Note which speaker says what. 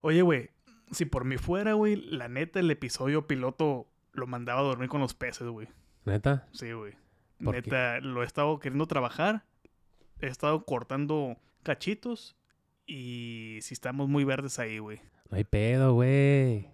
Speaker 1: Oye, güey, si por mí fuera, güey, la neta, el episodio piloto lo mandaba a dormir con los peces, güey.
Speaker 2: ¿Neta?
Speaker 1: Sí, güey.
Speaker 2: ¿Por
Speaker 1: Neta, lo he estado queriendo trabajar. He estado cortando cachitos. Y si estamos muy verdes ahí, güey.
Speaker 2: No hay pedo, güey.